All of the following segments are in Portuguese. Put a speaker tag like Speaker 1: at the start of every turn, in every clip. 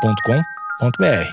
Speaker 1: agenciadepodcast.com.br.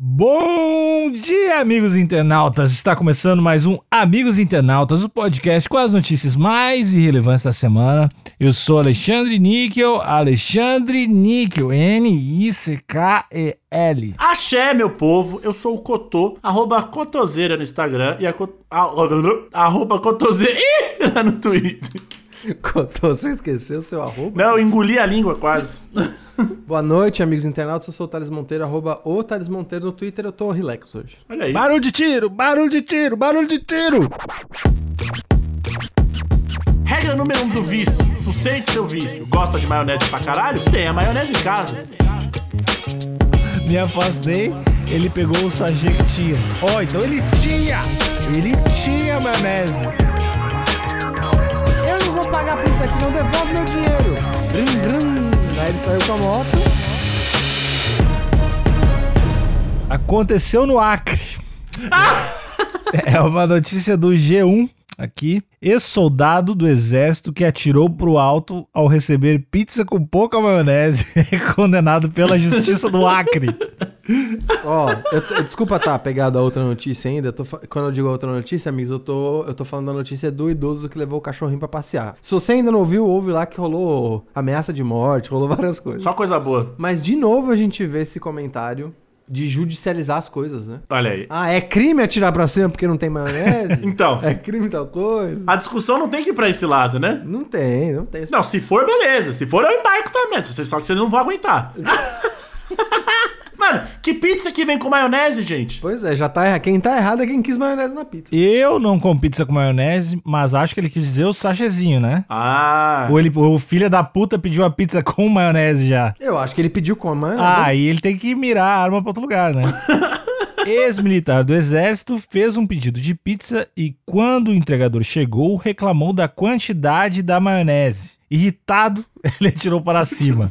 Speaker 2: Bom dia, amigos internautas! Está começando mais um Amigos Internautas, o podcast com as notícias mais irrelevantes da semana. Eu sou Alexandre Níquel, Alexandre Níquel, N-I-C-K-E-L.
Speaker 3: Axé, meu povo, eu sou o Cotô, arroba Cotoseira no Instagram e a, co- a- arroba Cotoseira Ih, no Twitter.
Speaker 4: Cotô, você esqueceu seu arroba?
Speaker 3: Não, eu engoli a língua quase.
Speaker 4: Boa noite, amigos internautas. Eu sou o Thales Monteiro, arroba o Thales Monteiro no Twitter. Eu tô relax hoje.
Speaker 3: Olha aí.
Speaker 2: Barulho de tiro, barulho de tiro, barulho de tiro!
Speaker 3: Regra número um do vício, sustente seu vício. Gosta de maionese pra caralho? Tem a maionese em casa.
Speaker 2: Me afastei, ele pegou o sachê que tinha. Ó, então ele tinha! Ele tinha maionese.
Speaker 4: Eu não vou pagar por isso aqui, não devolve meu dinheiro. Brum, brum. Aí ele saiu com a moto.
Speaker 2: Aconteceu no Acre. É uma notícia do G1 aqui. Ex-soldado do exército que atirou pro alto ao receber pizza com pouca maionese é condenado pela justiça do Acre.
Speaker 4: Ó, eu tô- desculpa tá pegado a outra notícia ainda. eu tô fa- quando eu digo a outra notícia, amigos, eu tô, eu tô falando da notícia do idoso que levou o cachorrinho pra passear. Se você ainda não ouviu, ouve lá que rolou ameaça de morte, rolou várias coisas.
Speaker 3: Só coisa boa.
Speaker 4: Mas de novo a gente vê esse comentário de judicializar as coisas, né?
Speaker 3: Olha aí.
Speaker 4: Ah, é crime atirar pra cima porque não tem maionese?
Speaker 3: Então,
Speaker 4: É crime tal coisa?
Speaker 3: a discussão não tem que ir pra esse lado, né?
Speaker 4: Não tem, não tem.
Speaker 3: Não, se for, beleza. Se for, eu embarco também. Se vocês só que vocês não vão aguentar. Mano, que pizza que vem com maionese, gente?
Speaker 4: Pois é, já tá errado. Quem tá errado é quem quis maionese na pizza.
Speaker 2: Eu não como pizza com maionese, mas acho que ele quis dizer o sachezinho, né?
Speaker 3: Ah.
Speaker 2: Ou ele, o filho da puta pediu a pizza com maionese já.
Speaker 4: Eu acho que ele pediu com a maionese.
Speaker 2: Ah, aí ele tem que mirar a arma pra outro lugar, né? Ex-militar do exército fez um pedido de pizza e, quando o entregador chegou, reclamou da quantidade da maionese. Irritado, ele atirou para cima.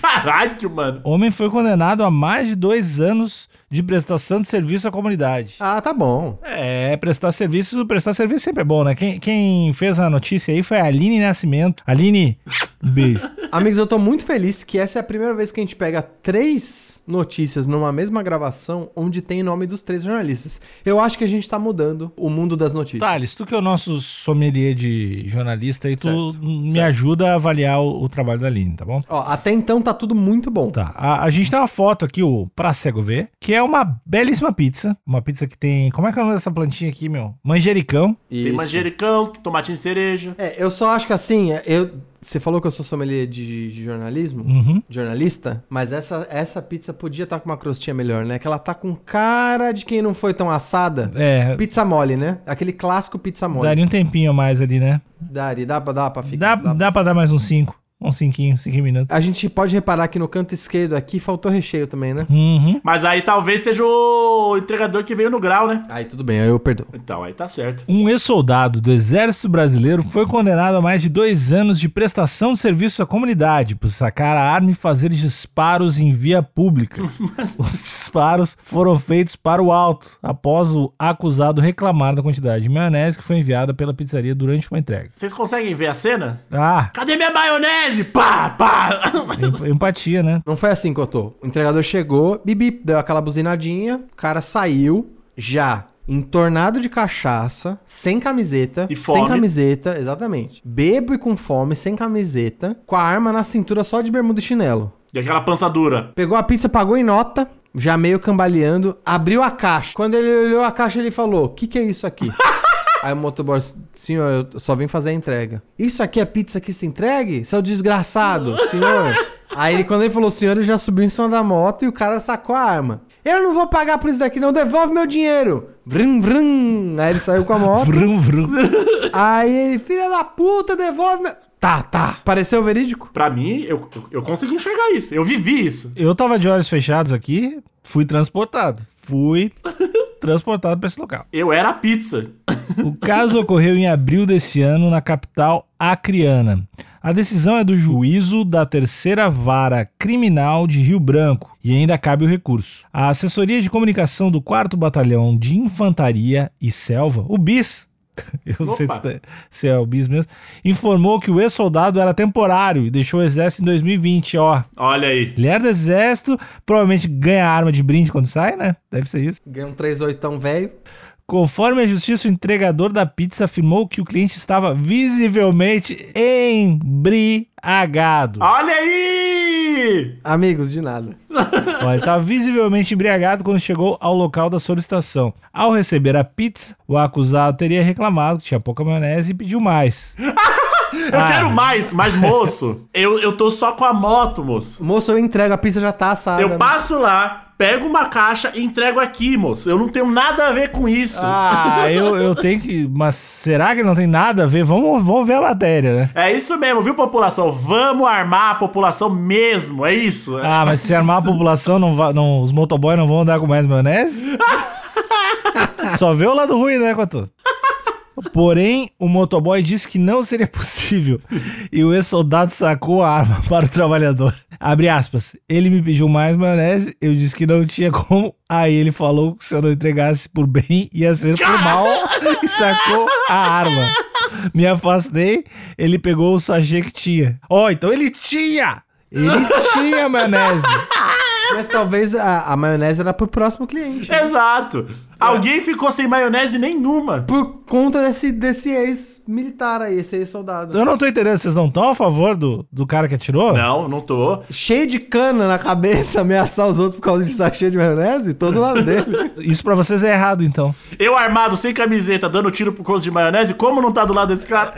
Speaker 3: Caralho, mano.
Speaker 2: O homem foi condenado a mais de dois anos de prestação de serviço à comunidade.
Speaker 4: Ah, tá bom.
Speaker 2: É, prestar serviço, prestar serviço sempre é bom, né? Quem, quem fez a notícia aí foi a Aline Nascimento. Aline, um beijo.
Speaker 4: Amigos, eu tô muito feliz que essa é a primeira vez que a gente pega três notícias numa mesma gravação onde tem nome dos três jornalistas. Eu acho que a gente tá mudando o mundo das notícias.
Speaker 2: Thales, tu que é o nosso sommelier de jornalista aí, tu
Speaker 3: Certo,
Speaker 2: me
Speaker 3: certo.
Speaker 2: ajuda a avaliar o, o trabalho da Aline, tá bom?
Speaker 4: Ó, até então tá tudo muito bom.
Speaker 2: Tá, a, a gente tem uma foto aqui, o Pra Cego Ver, que é uma belíssima pizza. Uma pizza que tem. Como é que é o nome dessa plantinha aqui, meu? Manjericão.
Speaker 3: Tem
Speaker 4: Isso.
Speaker 3: manjericão, tomatinho cereja.
Speaker 4: É, eu só acho que assim, eu, você falou que eu sou sommelier de, de jornalismo?
Speaker 2: Uhum.
Speaker 4: jornalista, mas essa, essa pizza podia estar com uma crostinha melhor, né? Que ela tá com cara de quem não foi tão assada.
Speaker 2: É,
Speaker 4: Pizza mole, né? Aquele clássico pizza mole.
Speaker 2: daria
Speaker 4: Daria,
Speaker 2: um tempinho a mais ali, né?
Speaker 4: dá, pra, dá pra
Speaker 2: Dá,
Speaker 4: ficar. dá pra-
Speaker 2: dá pra dar mais uns 5. Uns 5, 5 minutos.
Speaker 4: A gente pode reparar que no canto esquerdo aqui faltou recheio também, né?
Speaker 2: Uhum.
Speaker 3: Mas aí talvez seja o entregador que veio no grau, né?
Speaker 4: Aí tudo bem, aí eu perdoo.
Speaker 3: Então, aí tá certo.
Speaker 2: Um ex-soldado do Exército Brasileiro foi condenado a mais de dois anos de prestação de serviço à comunidade por sacar a arma e fazer disparos em via pública. Os disparos foram feitos para o alto, após o acusado reclamar da quantidade de maionese que foi enviada pela pizzaria durante uma entrega.
Speaker 3: Vocês conseguem ver a cena?
Speaker 2: Ah,
Speaker 3: Cadê minha maionese? Pá, pá!
Speaker 2: em- empatia, né?
Speaker 4: Não foi assim, Cotô. O entregador chegou, bibi, deu aquela buzinadinha, o cara saiu, já entornado de cachaça, sem camiseta.
Speaker 3: E fome.
Speaker 4: Sem camiseta, exatamente. Bebo e com fome, sem camiseta, com a arma na cintura só de bermuda e chinelo.
Speaker 3: E aquela pança dura.
Speaker 4: Pegou a pizza, pagou em nota, já meio cambaleando, abriu a caixa. Quando ele olhou a caixa, ele falou: O que, que é isso aqui? Aí o motoboy, senhor, eu só vim fazer a entrega. Isso aqui é pizza que se entregue? Seu desgraçado, senhor. Aí ele, quando ele falou senhor, ele já subiu em cima da moto e o cara sacou a arma. Eu não vou pagar por isso daqui, não, devolve meu dinheiro. Vrum, vrum. Aí ele saiu com a moto.
Speaker 2: Vrum, vrum.
Speaker 4: Aí ele, filha da puta, devolve meu. Tá, tá. Pareceu verídico?
Speaker 3: Pra mim, eu, eu, eu consegui enxergar isso. Eu vivi isso.
Speaker 2: Eu tava de olhos fechados aqui, fui transportado. Fui transportado para esse local.
Speaker 3: Eu era a pizza.
Speaker 2: O caso ocorreu em abril desse ano na capital acriana. A decisão é do juízo da terceira vara criminal de Rio Branco e ainda cabe o recurso. A assessoria de comunicação do 4 Batalhão de Infantaria e Selva, o BIS, Eu não sei
Speaker 3: Opa.
Speaker 2: se, tá- se é o bis mesmo. Informou que o ex-soldado era temporário e deixou o exército em 2020, ó.
Speaker 3: Olha aí.
Speaker 2: Ele era do exército, provavelmente ganha arma de brinde quando sai, né? Deve ser isso.
Speaker 4: Ganhou um 38 velho.
Speaker 2: Conforme a justiça, o entregador da pizza afirmou que o cliente estava visivelmente embriagado.
Speaker 3: Olha aí!
Speaker 4: Amigos, de nada.
Speaker 2: Ó, ele estava visivelmente embriagado quando chegou ao local da solicitação. Ao receber a pizza, o acusado teria reclamado que tinha pouca maionese e pediu mais.
Speaker 3: Eu quero mais, mas moço, eu, eu tô só com a moto, moço.
Speaker 4: Moço, eu entrego, a pizza já tá assada.
Speaker 3: Eu passo lá, pego uma caixa e entrego aqui, moço. Eu não tenho nada a ver com isso.
Speaker 2: Ah, eu, eu tenho que. Mas será que não tem nada a ver? Vamos, vamos ver a matéria, né?
Speaker 3: É isso mesmo, viu, população? Vamos armar a população mesmo, é isso.
Speaker 2: Ah, mas se armar a população, não va- não- os motoboys não vão andar com mais maionese? Só vê o lado ruim, né, Cotô? Porém, o motoboy disse que não seria possível e o ex-soldado sacou a arma para o trabalhador. Abre aspas. Ele me pediu mais maionese, eu disse que não tinha como. Aí ele falou que se eu não entregasse por bem, ia ser por mal e sacou a arma. Me afastei, ele pegou o sachê que tinha. Ó, então ele tinha! Ele tinha maionese.
Speaker 4: Mas talvez a, a maionese era pro próximo cliente.
Speaker 3: Exato. Alguém ficou sem maionese nenhuma.
Speaker 4: Por conta desse, desse ex-militar aí, esse ex-soldado.
Speaker 2: Eu não tô entendendo, vocês não estão a favor do, do cara que atirou?
Speaker 3: Não, não tô.
Speaker 4: Cheio de cana na cabeça, ameaçar os outros por causa de sachê de maionese? Todo lado dele.
Speaker 2: Isso pra vocês é errado, então.
Speaker 3: Eu armado, sem camiseta, dando tiro por conta de maionese, como não tá do lado desse cara?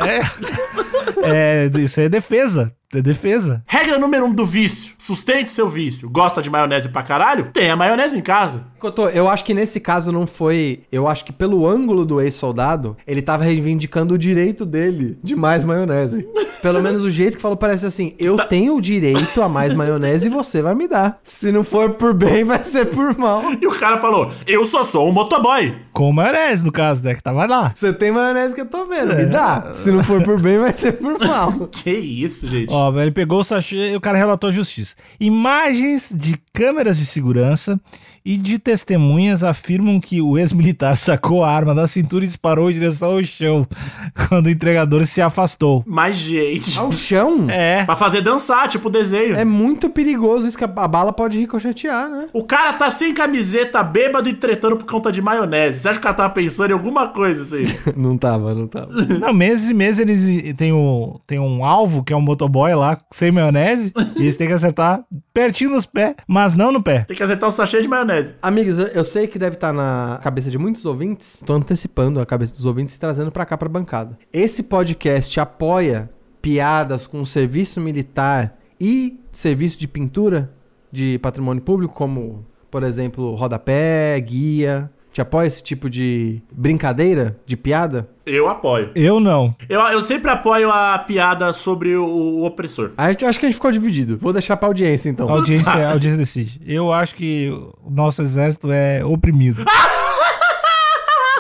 Speaker 2: É, isso aí é defesa. É defesa.
Speaker 3: Regra número um do vício. Sustente seu vício. Gosta de maionese pra caralho? Tenha maionese em casa.
Speaker 4: Cotô, eu acho que nesse caso não foi. Eu acho que pelo ângulo do ex-soldado, ele tava reivindicando o direito dele de mais maionese. Pelo menos o jeito que falou parece assim: eu tenho o direito a mais maionese e você vai me dar. Se não for por bem, vai ser por mal.
Speaker 3: E o cara falou, eu só sou um motoboy.
Speaker 2: Com maionese, no caso, né? Que tava lá.
Speaker 4: Você tem maionese que eu tô vendo, me dá. Se não for por bem, vai ser por mal.
Speaker 3: Que isso, gente.
Speaker 2: Ó, ele pegou o sachê e o cara relatou a justiça. Imagens de câmeras de segurança e de testemunhas afirmam que o ex-militar sacou a arma da cintura e disparou em direção ao chão quando o entregador se afastou.
Speaker 3: Mas, gente...
Speaker 4: Ao chão?
Speaker 2: É.
Speaker 3: Pra fazer dançar, tipo desenho.
Speaker 4: É muito perigoso isso que a, a bala pode ricochetear, né?
Speaker 3: O cara tá sem camiseta, bêbado e tretando por conta de maionese. Você acha que o cara tava pensando em alguma coisa assim?
Speaker 4: Não tava, não tava.
Speaker 2: Não, meses e meses eles têm o, tem um alvo, que é um motoboy lá, sem maionese, e eles têm que acertar pertinho nos pés, mas não no pé.
Speaker 3: Tem que acertar um sachê de maionese.
Speaker 4: Amigos, eu, eu sei que deve estar na cabeça de muitos ouvintes. Tô antecipando a cabeça dos ouvintes e trazendo pra cá pra bancada. Esse podcast apoia piadas com o serviço militar e serviço de pintura de patrimônio público, como, por exemplo, rodapé, guia. Te apoia esse tipo de brincadeira, de piada?
Speaker 3: Eu apoio.
Speaker 2: Eu não.
Speaker 3: Eu, eu sempre apoio a piada sobre o, o opressor.
Speaker 4: A gente, acho que a gente ficou dividido. Vou deixar pra audiência, então.
Speaker 2: A audiência, é a audiência decide. Eu acho que o nosso exército é oprimido.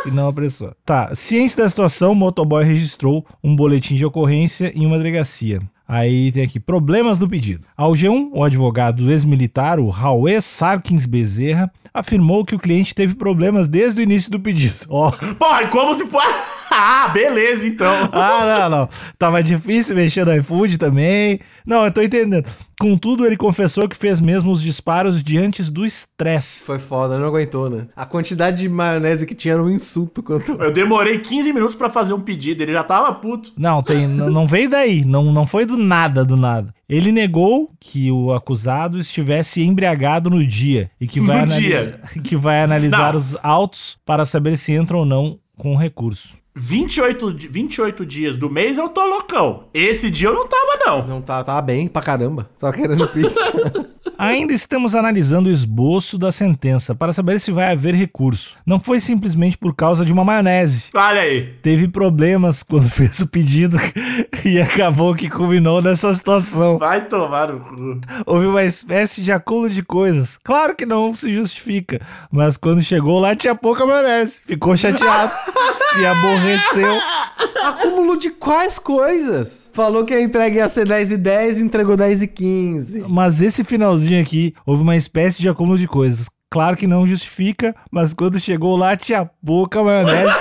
Speaker 2: E não opressor. Tá, ciente da situação, o motoboy registrou um boletim de ocorrência em uma delegacia. Aí tem aqui, problemas do pedido. Ao G1, o advogado do ex-militar, o Raul Sarkins Bezerra, afirmou que o cliente teve problemas desde o início do pedido. Ó,
Speaker 3: Porra, e como se. po- ah, beleza então.
Speaker 2: Ah, não, não. Tava difícil mexer no iFood também. Não, eu tô entendendo. Contudo, ele confessou que fez mesmo os disparos diante do estresse.
Speaker 4: Foi foda, não aguentou, né? A quantidade de maionese que tinha era um insulto quanto.
Speaker 3: Eu demorei 15 minutos pra fazer um pedido, ele já tava puto.
Speaker 2: Não, tem, n- não veio daí. Não, não foi do nada, do nada. Ele negou que o acusado estivesse embriagado no dia e que vai,
Speaker 3: No
Speaker 2: anali-
Speaker 3: dia.
Speaker 2: Que vai analisar
Speaker 3: Não.
Speaker 2: os autos para saber se entra ou não com recurso.
Speaker 3: 28, di- 28 dias do mês eu tô loucão. Esse dia eu não tava, não.
Speaker 4: Não tá, tava bem pra caramba. Tava querendo pizza.
Speaker 2: Ainda estamos analisando o esboço da sentença para saber se vai haver recurso. Não foi simplesmente por causa de uma maionese.
Speaker 3: Olha aí.
Speaker 2: teve problemas quando fez o pedido e acabou que culminou nessa situação.
Speaker 3: Vai tomar no cu.
Speaker 2: Houve uma espécie de acúmulo de coisas. Claro que não se justifica, mas quando chegou lá tinha pouca maionese. Ficou chateado, se aborreceu.
Speaker 4: Acúmulo de quais coisas? Falou que a entrega ia ser 10 e 10, entregou 10 e 15.
Speaker 2: Mas esse finalzinho aqui, houve uma espécie de acúmulo de coisas. Claro que não justifica, mas quando chegou lá tinha pouca maionese.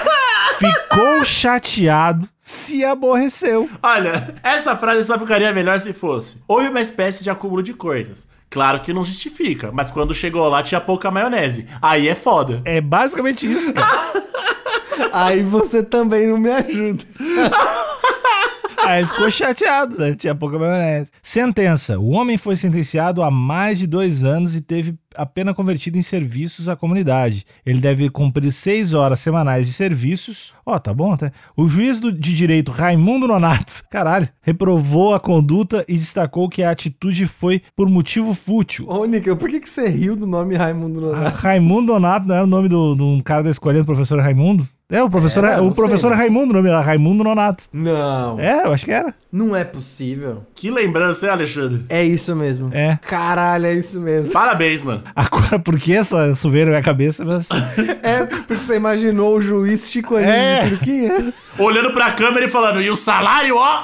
Speaker 2: Ficou chateado, se aborreceu.
Speaker 3: Olha, essa frase só ficaria melhor se fosse. Houve uma espécie de acúmulo de coisas. Claro que não justifica, mas quando chegou lá tinha pouca maionese. Aí é foda.
Speaker 2: É basicamente isso, cara.
Speaker 4: Aí você também não me ajuda.
Speaker 2: Aí ficou chateado, né? Tinha pouca maionese. Sentença. O homem foi sentenciado a mais de dois anos e teve a pena convertida em serviços à comunidade. Ele deve cumprir seis horas semanais de serviços. Ó, tá bom até. O juiz do- de direito Raimundo Nonato, caralho, reprovou a conduta e destacou que a atitude foi por motivo fútil.
Speaker 4: Ô, Nico, por que, que você riu do nome Raimundo
Speaker 2: Ah,
Speaker 4: Nonato?
Speaker 2: Raimundo Nonato não era o nome do- de um cara da escolha do professor Raimundo? É, o professor,
Speaker 4: Era,
Speaker 2: o
Speaker 4: não sei,
Speaker 2: professor
Speaker 4: né?
Speaker 2: Raimundo, o nome era Raimundo Nonato.
Speaker 4: Não,
Speaker 2: É, eu acho que era.
Speaker 4: não é possível.
Speaker 3: Que lembrança, hein, Alexandre?
Speaker 4: É isso mesmo.
Speaker 2: É.
Speaker 4: Caralho, é isso mesmo.
Speaker 3: Parabéns, mano.
Speaker 2: Agora, por que essa suveira na minha cabeça? Mas...
Speaker 4: É porque você imaginou o juiz Chico Anísio
Speaker 2: É.
Speaker 4: de Turquinha
Speaker 3: Olhando pra câmera e falando, e o salário, ó?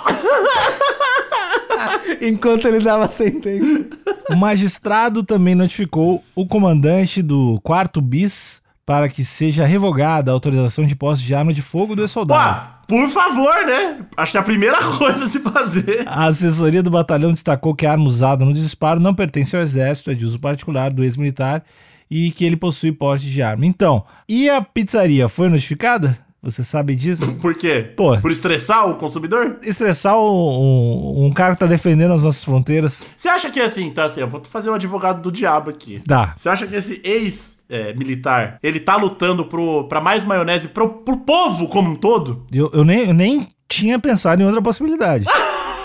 Speaker 4: enquanto ele dava a sentença.
Speaker 2: O magistrado também notificou o comandante do quarto bis para que seja revogada a autorização de posse de arma de fogo do
Speaker 3: Pô,
Speaker 2: soldado.
Speaker 3: por favor, né? Acho que é a primeira coisa a se fazer.
Speaker 2: A assessoria do batalhão destacou que a arma usada no disparo não pertence ao exército, é de uso particular do ex-militar e que ele possui porte de arma. Então, e a pizzaria foi notificada? Você sabe disso?
Speaker 3: Por quê?
Speaker 2: Pô.
Speaker 3: Por estressar o consumidor?
Speaker 2: Estressar um, um- um cara que tá defendendo as nossas fronteiras.
Speaker 3: Você acha que é assim, tá assim, eu vou fazer um advogado do diabo aqui.
Speaker 2: Dá.
Speaker 3: Você acha que esse ex-militar, ele tá lutando pro, pra mais maionese pro, pro povo como um todo?
Speaker 2: Eu, eu nem, eu nem tinha pensado em outra possibilidade.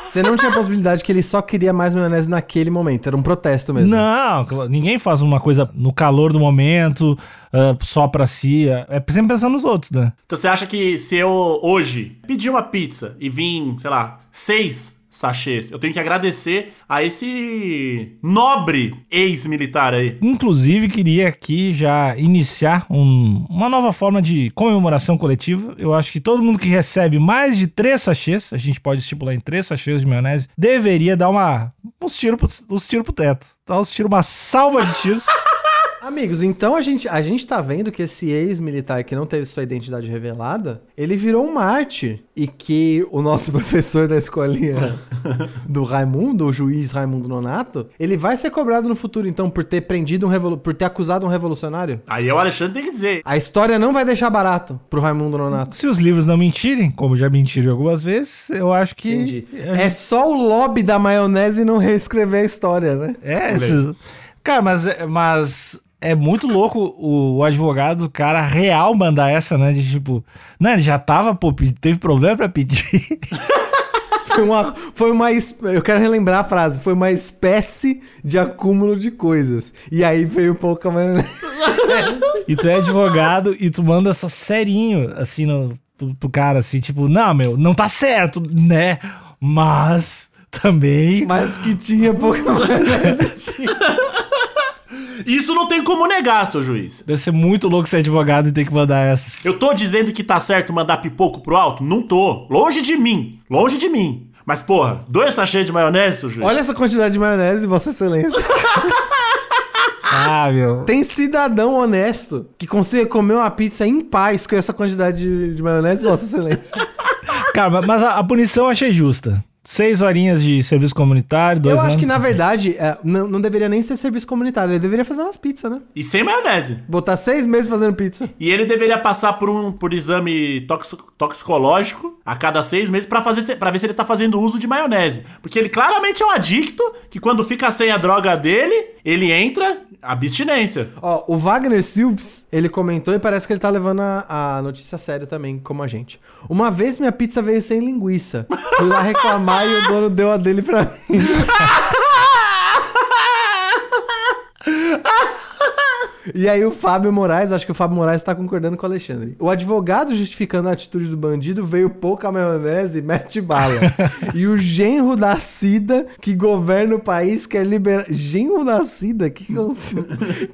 Speaker 4: Você não tinha a possibilidade que ele só queria mais maionese naquele momento. Era um protesto mesmo.
Speaker 2: Não, cla- ninguém faz uma coisa no calor do momento, ah, só pra si. ah, É sempre pensando nos outros, né?
Speaker 3: Então você acha que se eu hoje pedir uma pizza e vim, sei lá, seis sachês, eu tenho que agradecer a esse nobre ex-militar aí?
Speaker 2: Inclusive, queria aqui já iniciar um- uma nova forma de comemoração coletiva. Eu acho que todo mundo que recebe mais de três sachês, a gente pode estipular em três sachês de maionese, deveria dar uma, uns tiros pro, uns tiro pro teto. Dar uns tiros, uma salva de tiros.
Speaker 4: Amigos, então a gente, a gente tá vendo que esse ex-militar que não teve sua identidade revelada, ele virou um Marte. E que o nosso professor da escolinha do Raimundo, o juiz Raimundo Nonato, ele vai ser cobrado no futuro, então, por ter prendido um revolu por ter acusado um revolucionário?
Speaker 3: Aí o Alexandre tem que dizer,
Speaker 4: A história não vai deixar barato pro Raimundo Nonato.
Speaker 2: Se os livros não mentirem, como já mentiram algumas vezes, eu acho que.
Speaker 4: Entendi. É só o lobby da maionese não reescrever a história, né?
Speaker 2: É, esses... cara, mas, é- mas é muito louco o, o advogado, o cara real mandar essa, né? De tipo, não, ele já tava, pô, pe- teve problema pra pedir.
Speaker 4: Foi uma, foi uma. es- Eu quero relembrar a frase. Foi uma espécie de acúmulo de coisas. E aí veio pouca maionese.
Speaker 2: e tu é advogado e tu manda essa serinho, assim, no, pro, pro cara, assim, tipo, não, meu, não tá certo, né? Mas também.
Speaker 4: Mas que tinha pouca maionese. tinha.
Speaker 3: isso não tem como negar, seu juiz.
Speaker 2: Deve ser muito louco ser advogado e ter que mandar essa. assim,
Speaker 3: Eu tô dizendo que tá certo mandar pipoco pro alto? Não tô. Longe de mim. Longe de mim. Mas, porra, dois sachês de maionese, seu juiz?
Speaker 4: Olha essa quantidade de maionese, Vossa Excelência.
Speaker 2: Ah, meu.
Speaker 4: Tem cidadão honesto que consegue comer uma pizza em paz com essa quantidade de, de maionese, Vossa Excelência.
Speaker 2: Cara, mas- mas a, a punição eu achei justa. Seis horinhas de serviço comunitário, dois
Speaker 4: Eu acho que,
Speaker 2: anos.
Speaker 4: na verdade, é, não, não deveria nem ser serviço comunitário. Ele deveria fazer umas pizzas, né?
Speaker 3: E sem maionese.
Speaker 4: Botar seis meses fazendo pizza.
Speaker 3: E ele deveria passar por um por exame toxi- toxicológico a cada seis meses pra fazer se- pra ver se ele tá fazendo uso de maionese. Porque ele claramente é um adicto que quando fica sem a droga dele, ele entra abstinência.
Speaker 4: Ó, o Wagner Silves, ele comentou e parece que ele tá levando a, a notícia a sério também, como a gente. Uma vez minha pizza veio sem linguiça. Fui lá reclamar e o dono deu a dele pra mim. E aí o Fábio Moraes, acho que o Fábio Moraes tá concordando com o Alexandre. O advogado justificando a atitude do bandido veio pouca maionese e mete bala. e o genro da Cida, que governa o país, quer liberar... Genro da Cida? Que, que eu-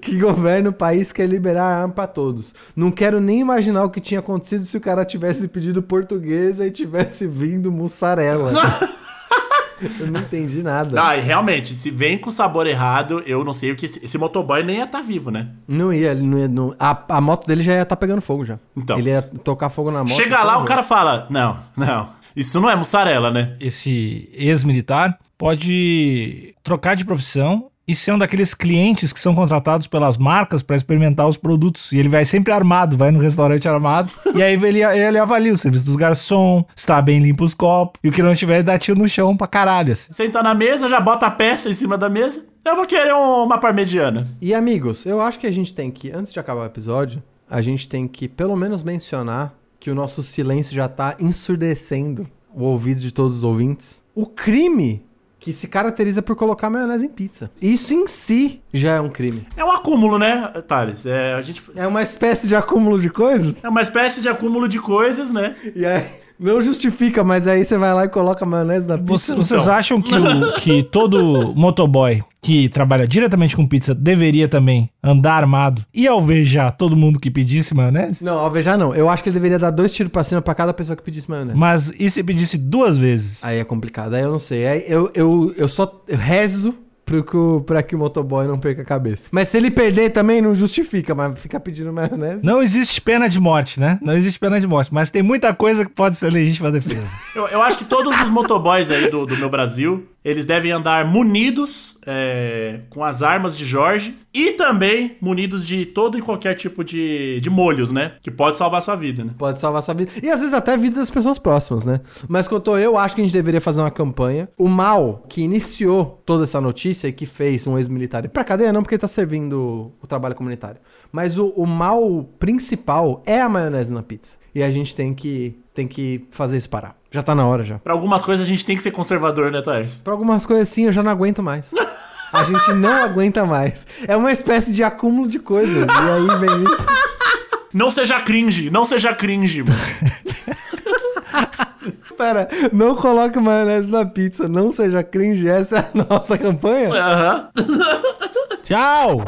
Speaker 4: que governa o país, quer liberar a arma pra todos. Não quero nem imaginar o que tinha acontecido se o cara tivesse pedido portuguesa e tivesse vindo mussarela. Eu não entendi nada.
Speaker 3: Ah, e realmente, se vem com sabor errado, eu não sei o que. Esse, esse motoboy nem ia estar vivo, né?
Speaker 4: Não ia, ele não ia. não- a, a moto dele já ia estar pegando fogo já.
Speaker 3: Então.
Speaker 4: Ele ia tocar fogo na moto.
Speaker 3: Chega
Speaker 4: sei
Speaker 3: lá, o
Speaker 4: não.
Speaker 3: cara fala: Não, não. Isso não é mussarela, né?
Speaker 2: esse ex-militar pode trocar de profissão e ser um daqueles clientes que são contratados pelas marcas para experimentar os produtos. E ele vai sempre armado, vai no restaurante armado. e aí ele, ele avalia o serviço dos garçom, se tá bem limpo os copos. E o que não estiver, ele dá tiro no chão pra caralho. assim.
Speaker 3: Senta na mesa, já bota a peça em cima da mesa. Eu vou querer um- uma parmegiana.
Speaker 4: E amigos, eu acho que a gente tem que, antes de acabar o episódio, a gente tem que pelo menos mencionar que o nosso silêncio já tá ensurdecendo o ouvido de todos os ouvintes. O crime que se caracteriza por colocar maionese em pizza. Isso em si já é um crime.
Speaker 3: É um acúmulo, né, Thales? É, a gente.
Speaker 4: É uma espécie de acúmulo de coisas.
Speaker 3: É uma espécie de acúmulo de coisas, né?
Speaker 4: E aí não justifica, mas aí você vai lá e coloca maionese na pizza.
Speaker 2: Vocês, vocês acham que, o- que todo motoboy que trabalha diretamente com pizza deveria também andar armado e alvejar todo mundo que pedisse maionese?
Speaker 4: Não, alvejar não. Eu acho que ele deveria dar dois tiros pra cima pra cada pessoa que pedisse maionese.
Speaker 2: Mas e se pedisse duas vezes?
Speaker 4: Aí é complicado, aí eu não sei. Aí eu, eu, eu só eu rezo pro que o- pra que o motoboy não perca a cabeça. Mas se ele perder também, não justifica, mas ficar pedindo maionese.
Speaker 2: Não existe pena de morte, né? Não existe pena de morte, mas tem muita coisa que pode ser legítima defesa.
Speaker 3: Eu, eu acho que todos os motoboys aí do, do meu Brasil, eles devem andar munidos é, com as armas de Jorge e também munidos de todo e qualquer tipo de, de molhos, né? Que pode salvar sua vida, né?
Speaker 4: Pode salvar sua vida. E às vezes até a vida das pessoas próximas, né? Mas quanto eu acho que a gente deveria fazer uma campanha. O mal que iniciou toda essa notícia e que fez um ex-militar. ir Pra cadeia não, porque ele tá servindo o trabalho comunitário. Mas o, o mal principal é a maionese na pizza. E a gente tem que, tem que fazer isso parar. Já tá na hora já.
Speaker 3: Pra algumas coisas a gente tem que ser conservador, né, Thales?
Speaker 4: Pra algumas coisas assim eu já não aguento mais. A gente não aguenta mais. É uma espécie de acúmulo de coisas. E aí vem isso.
Speaker 3: Não seja cringe, não seja cringe, mano.
Speaker 4: Pera, não coloque maionese na pizza. Não seja cringe. Essa é a nossa campanha.
Speaker 3: Aham.
Speaker 2: Tchau!